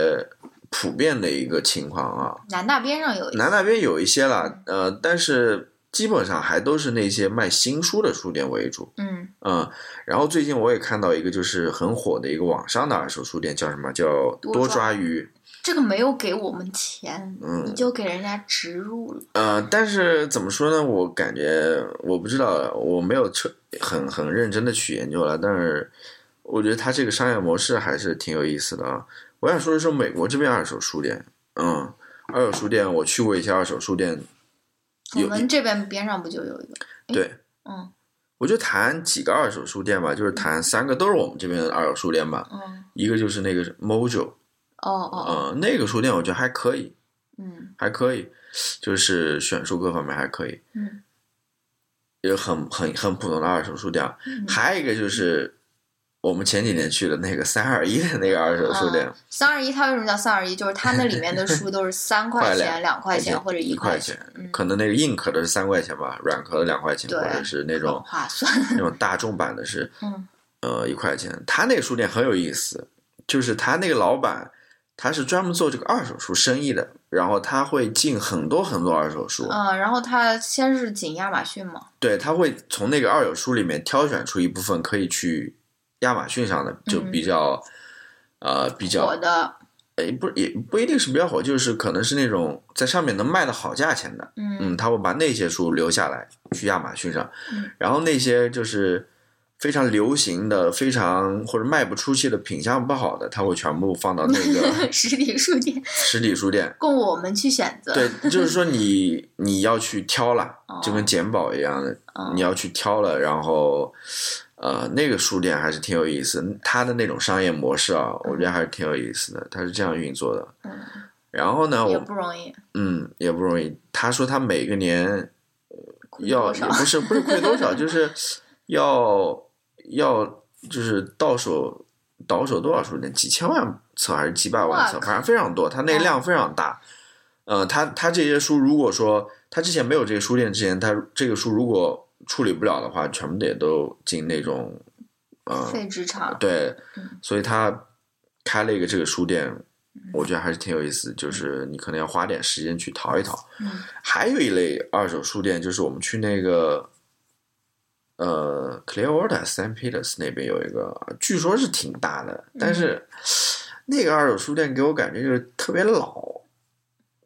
普遍的一个情况啊，
南大边上有一个
南那边有一些啦，呃，但是基本上还都是那些卖新书的书店为主，
嗯
嗯，然后最近我也看到一个就是很火的一个网上的二手书店，叫什么？叫
多
多
抓
抓鱼，
这个没有给我们钱，
嗯
你就给人家植入了。
呃，但是怎么说呢？我感觉我不知道，我没有彻很很认真的去研究了，但是我觉得它这个商业模式还是挺有意思的啊。我想说一说美国这边二手书店，嗯，二手书店我去过一些二手书店，
我
有
们这边边上不就有一个？
对，
嗯
我就谈几个二手书店吧，就是谈三个都是我们这边的二手书店吧，
嗯，
一个就是那个 Mojo，
哦哦，哦
呃，那个书店我觉得还可以，
嗯
还可以，就是选书各方面还可以，
嗯
也很很很普通的二手书店啊。
嗯，
还有一个就是我们前几年去的那个三二一的那个二手书店，
啊三二一，它为什么叫三二一？就是它那里面 的书都是三块
快
钱、
两
两块钱或者
一
块
块
钱，嗯，
可能那个硬壳的是三块钱吧，软壳的两块钱，
对
或者是那
很
种
划算。
那种大众版的是
嗯
呃一块钱。他那个书店很有意思，就是他那个老板他是专门做这个二手书生意的，然后他会进很多很多二手书，
嗯，然后它先是仅亚马逊嘛，
对，他会从那个二手书里面挑选出一部分可以去亚马逊上的，就
嗯
比较、呃比较
火的，
诶，不也不一定是比较火，就是可能是那种在上面能卖的好价钱的，
嗯
嗯，他会把那些书留下来去亚马逊上，
嗯
然后那些就是非常流行的、非常或者卖不出去的、品相不好的，他会全部放到那个
实体书店
实体书店。
供我们去选择。
对，就是说你你要去挑了
哦，
就跟捡宝一样的，
嗯，
你要去挑了，然后，呃，那个书店还是挺有意思，它的那种商业模式啊，我觉得还是挺有意思的，它是这样运作的。
嗯
然后呢，
也
我
不容易，
嗯也不容易，他说他每个年
亏
要
多
也
少？
不是不是亏多 少，就是要要就是到手倒手多少书店，几千万册还是几百万册，
哇嗯
反正非常多，他那个量非常大。呃，他他这些书如果说他之前没有这个书店之前，他这个书如果处理不了的话，全部得都进那种呃
废职场，
对
嗯，
所以他开了一个这个书店，我觉得还是挺有意思，就是你可能要花点时间去淘一淘。
嗯
还有一类二手书店，就是我们去那个呃 Clearwater St. Peters 那边有一个，据说是挺大的，
嗯
但是那个二手书店给我感觉就是特别老，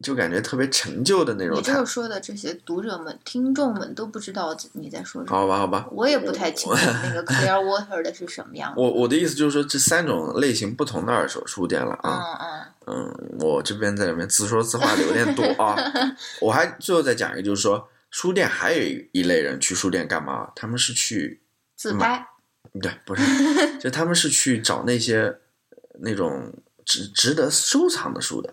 就感觉特别陈旧的那种
你这
态
个。说的这些读者们、听众们都不知道你在说什么，
好吧，好吧，
我也不太清楚那个 Clear Water 的是什 么样。
我我的意思就是说，这三种类型不同的二手书店了啊。
嗯嗯
嗯，我这边在里面自说自话的有点多啊。我还最后再讲一个，就是说书店还有一一类人去书店干嘛？他们是去，
自拍，
对，不是，就他们是去找那些那种值值得收藏的书的，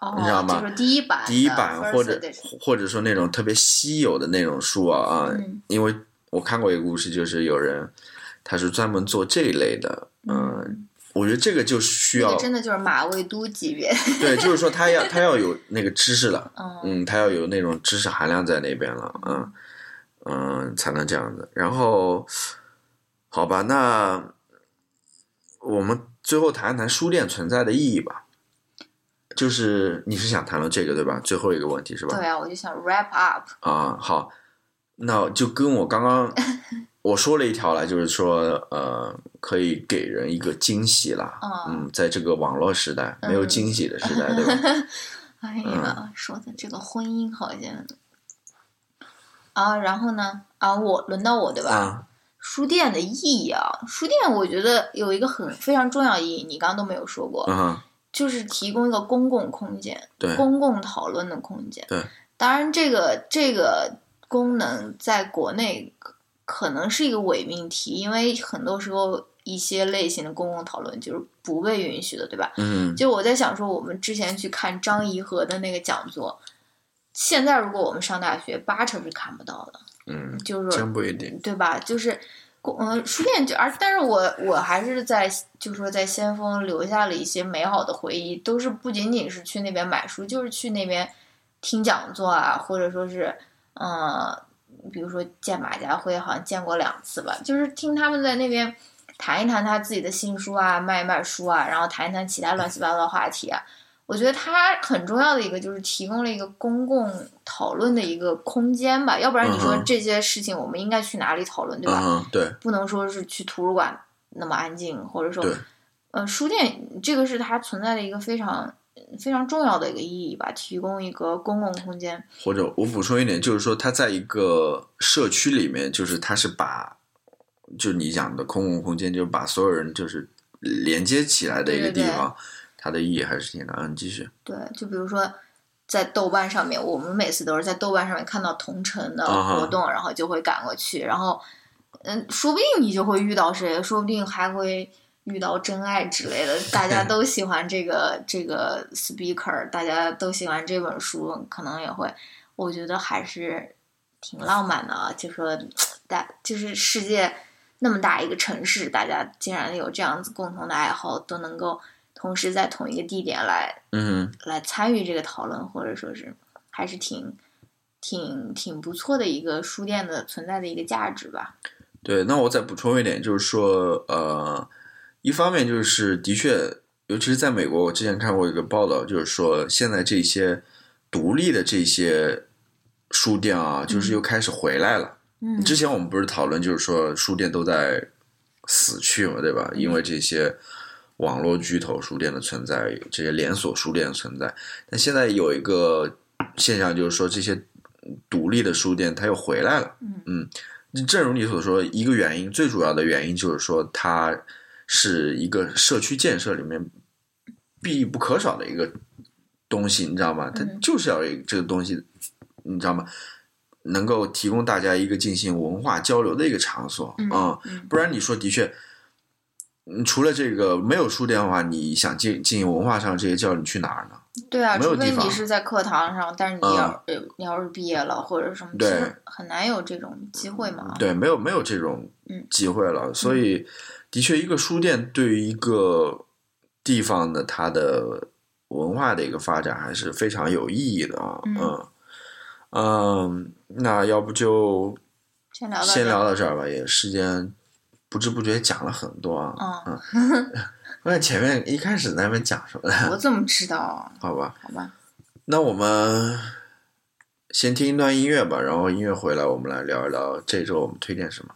哦，
你知道吗
就是第一版的，
第一版
first
或者
edition
或者说那种特别稀有的那种书啊啊，
嗯
因为我看过一个故事，就是有人他是专门做这一类的，嗯，
嗯，
我觉得这个就需
这
要
个真的就是马未都 级别，
对，就是说他要他要有那个知识了。
嗯
嗯，它要有那种知识含量在那边了，嗯嗯，才能这样子。然后，好吧，那我们最后谈一谈书店存在的意义吧。就是你是想谈论这个对吧？最后一个问题是吧？
对啊，我就想 wrap up，
啊，好，那就跟我刚 刚我说了一条了，就是说呃，可以给人一个惊喜啦。
嗯
嗯，在这个网络时代，没有
嗯
惊喜的时代，对吧？
哎
嗯
呀，说的这个婚姻好像啊，然后呢啊，我轮到我对吧？
啊，
书店的意义啊，书店我觉得有一个很非常重要的意义，你刚刚都没有说过，
嗯哼，
就是提供一个公共空间、
对，
公共讨论的空间。
对，
当然这个这个功能在国内可可能是一个伪命题，因为很多时候一些类型的公共讨论就是不被允许的，对吧？
嗯，
就我在想说，我们之前去看张颐和的那个讲座，现在如果我们上大学，八成是看不到的，
嗯，
就是
真不一定。
对吧？就是，嗯，书店就而，但是我我还是在就是说在先锋留下了一些美好的回忆，都是不仅仅是去那边买书，就是去那边听讲座啊，或者说是，呃，比如说见马家辉，好像见过两次吧，就是听他们在那边谈一谈他自己的新书啊，卖一卖书啊，然后谈一谈其他乱七八糟的话题啊。我觉得它很重要的一个就是提供了一个公共讨论的一个空间吧，要不然你说
嗯哼
这些事情我们应该去哪里讨论，对吧？
嗯，对，
不能说是去图书馆那么安静，或者说
对，
呃，书店这个是它存在的一个非常非常重要的一个意义吧，提供一个公共空间。
或者我补充一点，就是说它在一个社区里面，就是它是把，就你讲的公共空间，就把所有人就是连接起来的一个
对对
地
对
方，它的意义还是挺大。嗯，继续
对，就比如说在豆瓣上面，我们每次都是在豆瓣上面看到同城的
啊哈
活动，然后就会赶过去，然后嗯，说不定你就会遇到谁，说不定还会。遇到真爱之类的，大家都喜欢这个这个 speaker，大家都喜欢这本书，可能也会，我觉得还是挺浪漫的啊。就说大，就是世界那么大一个城市，大家竟然有这样子共同的爱好，都能够同时在同一个地点来
嗯
来参与这个讨论，或者说是还是挺挺挺不错的一个书店的存在的一个价值吧。
哼，对。那我再补充一点，就是说，呃，一方面就是的确，尤其是在美国，我之前看过一个报道，就是说现在这些独立的这些书店啊，就是又开始回来了。
嗯
之前我们不是讨论，就是说书店都在死去嘛，对吧？因为这些网络巨头书店的存在，这些连锁书店的存在。但现在有一个现象，就是说这些独立的书店它又回来了。
嗯
正如你所说，一个原因，最主要的原因就是说，它是一个社区建设里面必不可少的一个东西，你知道吗？它
嗯
就是要有这个东西，你知道吗？能够提供大家一个进行文化交流的一个场所，
嗯
嗯
嗯
不然你说的确，嗯，除了这个没有书店的话，你想进进行文化上这些交流，你去哪儿呢？
对啊，
没有
除
地
非
方啊
你是在课堂上，但是你要、呃你要是毕业了或者什么，其
对
实很难有这种机会嘛。
对，没有没有这种
啊嗯
机会了，所以的确，一个书店对于一个地方的它的文化的一个发展还是非常有意义的啊。
嗯
嗯嗯，那要不就
先聊到
先
这儿
聊到这儿吧，也时间不知不觉讲了很多啊。
嗯，
我看前面一开始在那边讲什么呢？
我怎么知道啊？
好吧，
好吧，
那我们先听一段音乐吧，然后音乐回来，我们来聊一聊这周我们推荐什么。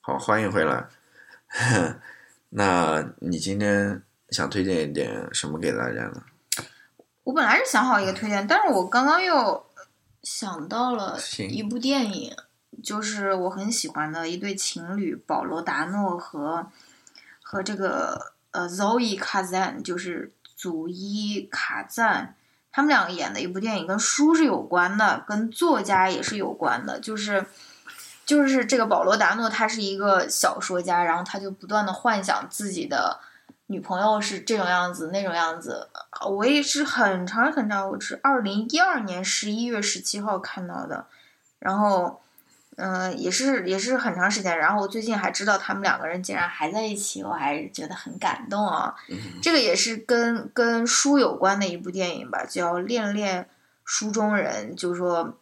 好，欢迎回来。 那你今天想推荐一点什么给大家呢？
我本来是想好一个推荐，但是我刚刚又想到了
行
一部电影，就是我很喜欢的一对情侣保罗·达诺和和这个呃 Zoe Kazan，就是祖伊卡赞，他们两个演的一部电影跟书是有关的，跟作家也是有关的，就是。就是这个保罗·达诺，他是一个小说家，然后他就不断的幻想自己的女朋友是这种样子、那种样子。我也是很长很长，我是二零一二年十一月十七号看到的，然后，嗯、也是也是很长时间。然后我最近还知道他们两个人竟然还在一起，我还是觉得很感动啊。这个也是跟跟书有关的一部电影吧，叫《恋恋书中人》，就是说。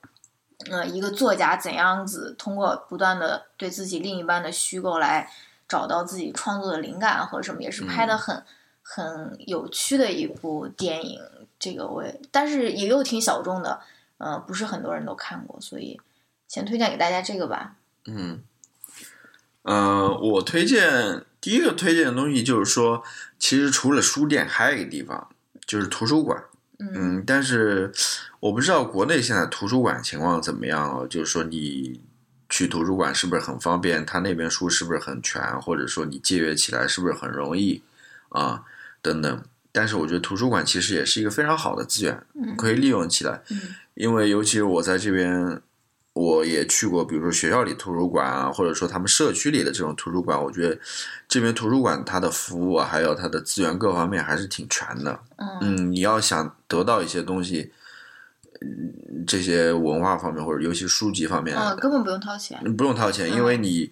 呃嗯、一个作家怎样子通过不断的对自己另一半的虚构来找到自己创作的灵感和什么，也是拍的很、很有趣的一部电影。这个我也，但是也又挺小众的，呃，不是很多人都看过，所以先推荐给大家这个吧。
嗯，呃，我推荐第一个推荐的东西就是说，其实除了书店，还有一个地方就是图书馆。
嗯
嗯，但是我不知道国内现在图书馆情况怎么样哦。就是说，你去图书馆是不是很方便？他那边书是不是很全？或者说你借阅起来是不是很容易啊？等等。但是我觉得图书馆其实也是一个非常好的资源，
嗯
可以利用起来。
嗯
因为尤其我在这边，我也去过，比如说学校里图书馆啊，或者说他们社区里的这种图书馆，我觉得这边图书馆它的服务啊，还有它的资源各方面还是挺全的。
嗯
嗯，你要想得到一些东西，嗯，这些文化方面或者尤其书籍方面，
嗯，根本不用掏钱。
你不用掏钱，因为你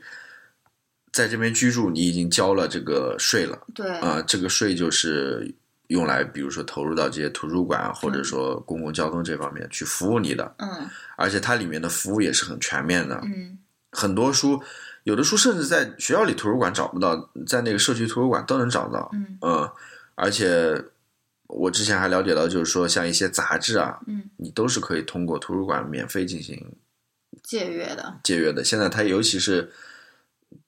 在这边居住，你已经交了这个税了
对，
啊、这个税就是用来比如说投入到这些图书馆啊或者说公共交通这方面去服务你的，
嗯
而且它里面的服务也是很全面的，
嗯
很多书，有的书甚至在学校里图书馆找不到，在那个社区图书馆都能找到。
嗯
嗯，而且我之前还了解到，就是说像一些杂志啊，
嗯，
你都是可以通过图书馆免费进行
借阅的。
借阅的。现在它尤其是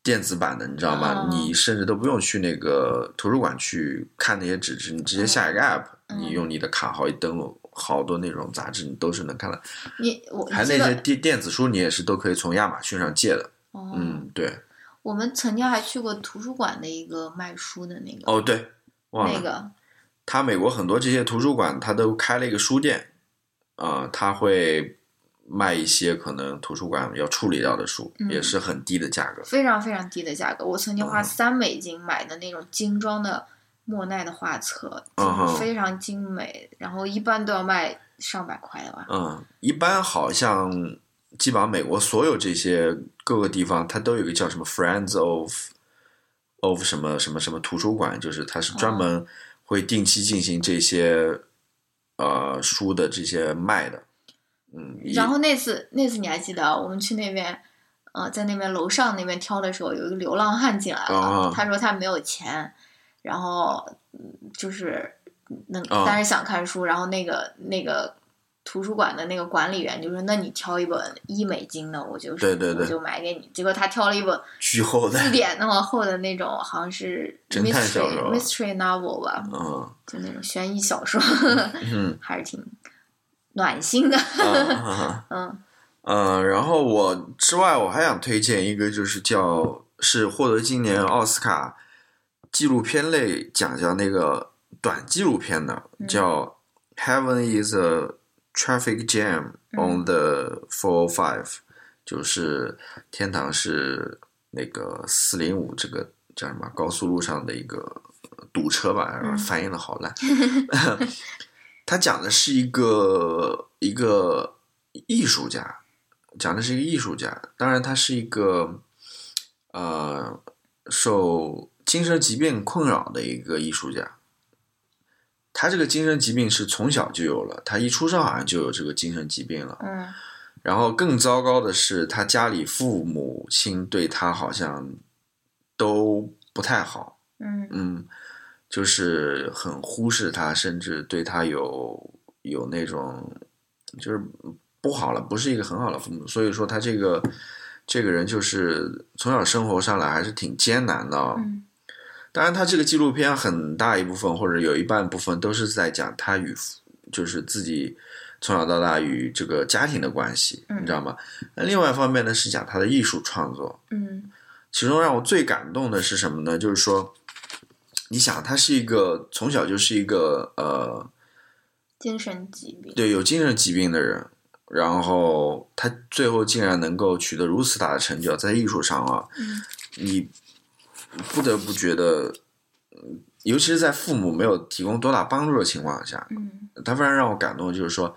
电子版的，你知道吗？
哦
你甚至都不用去那个图书馆去看那些纸质，你直接下一个 app，、
嗯
你用你的卡号一登录，好多那种杂志你都是能看到，
你我
还那
你
些
记得，
电电子书你也是都可以从亚马逊上借的。
哦，
嗯，对，
我们曾经还去过图书馆的一个卖书的那个
哦对，忘了。
那个，
他美国很多这些图书馆，他都开了一个书店，啊、他会卖一些可能图书馆要处理掉的书，
嗯
也是很低的价格。
非常非常低的价格。我曾经花
嗯
三美金买的那种精装的莫奈的画册，
嗯哼
就是非常精美，然后一般都要卖上百块的吧。
嗯，一般好像基本上美国所有这些各个地方，它都有一个叫什么 Friends of of 什么什么什么图书馆，就是它是
哦
专门会定期进行这些、呃书的这些卖的。嗯，一
然后那次那次你还记得啊我们去那边，呃，在那边楼上那边挑的时候，有一个流浪汉进来了，
啊
他说他没有钱，然后嗯就是能，
啊
但是想看书，然后那个那个。图书馆的那个管理员就说：“那你挑一本一美金的，我就
对对对
我就买给你。”结果他挑了一本
巨厚的，
字典那么厚的那种，好像是
侦探小说
mystery mystery novel 吧，
嗯
就那种悬疑小说，
嗯
还是挺暖心的。
啊啊啊
嗯
嗯，然后我之外，我还想推荐一个，就是叫是获得今年奥斯卡纪录片类奖项那个短纪录片的，
嗯
叫《Heaven Is a Traffic Jam
嗯
on the 405》，就是天堂是那个四零五这个叫什么高速路上的一个堵车吧，
嗯
翻译的好 烂。 他讲的是一个一个艺术家，讲的是一个艺术家。当然，他是一个呃受精神疾病困扰的一个艺术家。他这个精神疾病是从小就有了，他一出生好像就有这个精神疾病了。
嗯
然后更糟糕的是，他家里父母亲对他好像都不太好，
嗯
嗯，就是很忽视他，甚至对他有有那种就是不好了，不是一个很好的父母，所以说他这个这个人就是从小生活上来还是挺艰难的、哦。
嗯
当然，他这个纪录片很大一部分或者有一半部分都是在讲他与父就是自己从小到大与这个家庭的关系，
嗯
你知道吗？那另外一方面呢是讲他的艺术创作，
嗯
其中让我最感动的是什么呢？就是说，你想，他是一个从小就是一个呃，
精神疾病。
对有精神疾病的人，然后他最后竟然能够取得如此大的成就，在艺术上啊，
嗯
你不得不觉得，嗯尤其是在父母没有提供多大帮助的情况下，
嗯
他非常让我感动，就是说，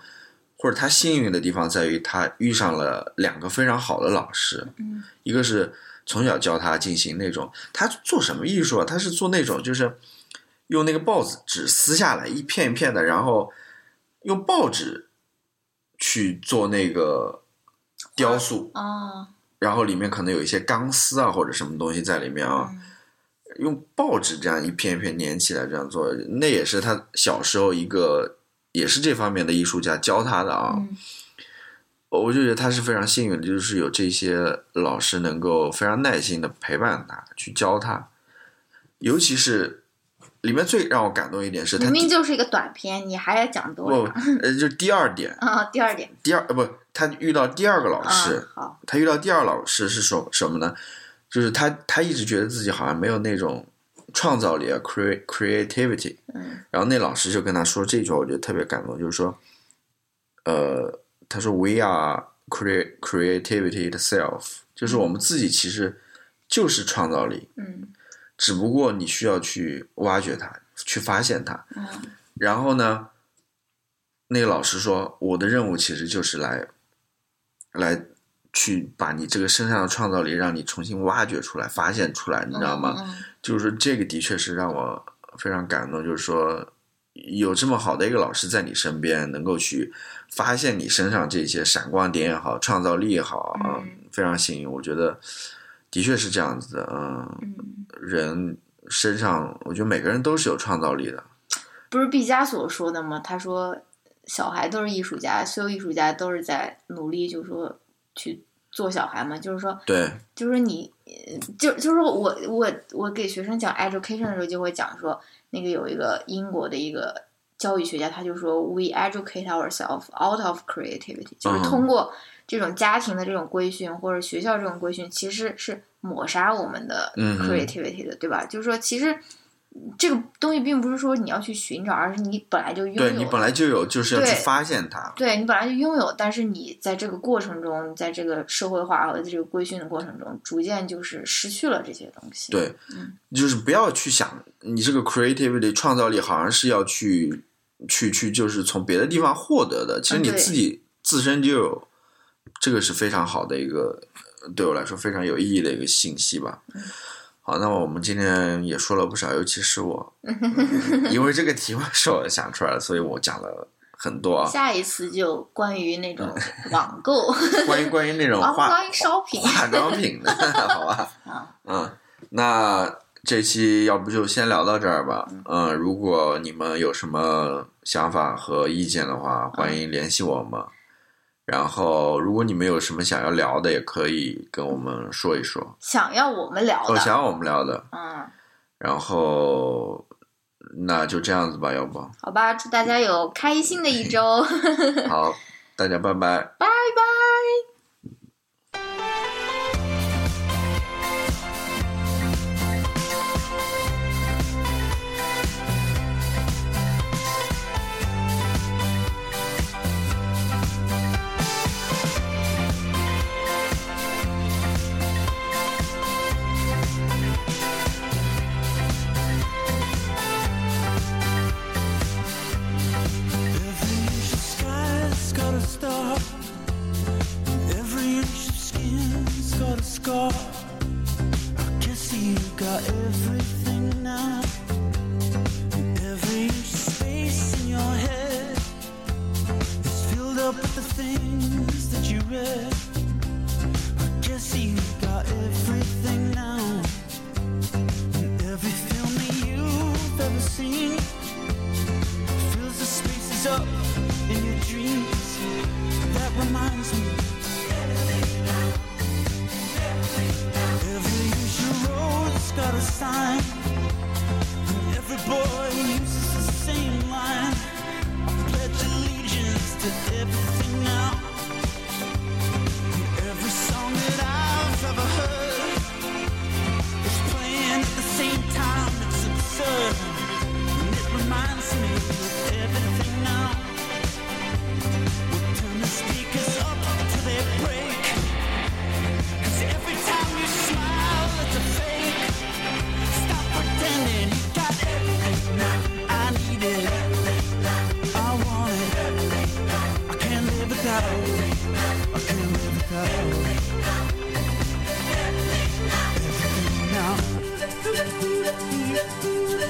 或者他幸运的地方在于他遇上了两个非常好的老师，
嗯
一个是从小教他进行那种，他做什么艺术啊？他是做那种就是用那个报纸纸撕下来一片一片的，然后用报纸去做那个雕塑，
哦
然后里面可能有一些钢丝啊或者什么东西在里面啊，用报纸这样一片一片粘起来这样做，那也是他小时候一个也是这方面的艺术家教他的啊。
嗯
我就觉得他是非常幸运的，就是有这些老师能够非常耐心的陪伴他，去教他。尤其是里面最让我感动一点是他
明明
第
就是一个短片，你还要讲
不
多少？
呃，就是第二点，
啊，第二点
第二呃不，他遇到第二个老
啊
师，，
好，
他遇到第二老师是什什么呢？就是他他一直觉得自己好像没有那种创造力啊，cre creativity。
嗯
然后那老师就跟他说这句话，我觉得特别感动，就是说，呃，他说 “We are cre creativity itself”，就是我们自己其实就是创造力，
嗯
只不过你需要去挖掘它，去发现它。
嗯
然后呢，那个老师说，我的任务其实就是来，来去把你这个身上的创造力，让你重新挖掘出来、发现出来，你知道吗？
嗯嗯
就是说这个的确是让我非常感动，就是说有这么好的一个老师在你身边，能够去发现你身上这些闪光点也好，创造力也好，
嗯
非常幸运。我觉得的确是这样子的，嗯，
嗯，
人身上我觉得每个人都是有创造力的，
不是毕加索说的吗？他说，小孩都是艺术家，所有艺术家都是在努力，就说去做小孩嘛，就是说
对，
就是你，呃就就是我我我给学生讲 education 的时候，就会讲说，那个有一个英国的一个教育学家，他就说 we educate ourselves out of creativity，就是
嗯
通过这种家庭的这种规训或者学校这种规训，其实是抹杀我们的
嗯哼
creativity 的，对吧？就是说，其实这个东西并不是说你要去寻找，而是你本来就拥有
对
的，
你本来就有，就是要
对
去发现它。
对你本来就拥有，但是你在这个过程中，在这个社会化和这个规训的过程中，逐渐就是失去了这些东西。，
对
嗯，
就是不要去想你这个 creativity 创造力好像是要去去去，就是从别的地方获得的。其实
嗯
你
对
自己自身就有，这个是非常好的一个，对我来说非常有意义的一个信息吧。
嗯
好，那我们今天也说了不少，尤其是 我，嗯因为这个题目是我想出来的，所以我讲了很多啊，
下一次就关于那种网 购
关于关于那种
啊，
话
关于 shopping
化妆品的， 好吧？
啊，
嗯，那这期要不就先聊到这儿吧。嗯，如果你们有什么想法和意见的话，欢迎联系我们。然后，如果你们有什么想要聊的，也可以跟我们说一说。
想要我们聊
哦，想
的，
要我们聊的，
嗯，
然后那就这样子吧，要 不
好吧，祝大家有开心的一周，
好，大家拜拜。
拜拜。
Every inch of sky's got a star. And every inch of skin's got a scar. I guess you got everything now. And every inch of space in your head is filled up with the things that you read. I guess you got everything now. And every film that you've ever seen fills the spaces up in your dreams. That reminds me. Every usual road's got a sign. And every boy uses the same line. I pledge allegiance to everything now. And every song that I've ever heard is playing at the same time. It's absurd. And it reminds me of everything now. We'll turn the speakers up till they break. 'Cause every time you smile, it's a fake. Stop pretending you got everything now. I need it. I want it. I can't live without. I can't live without. Everything now.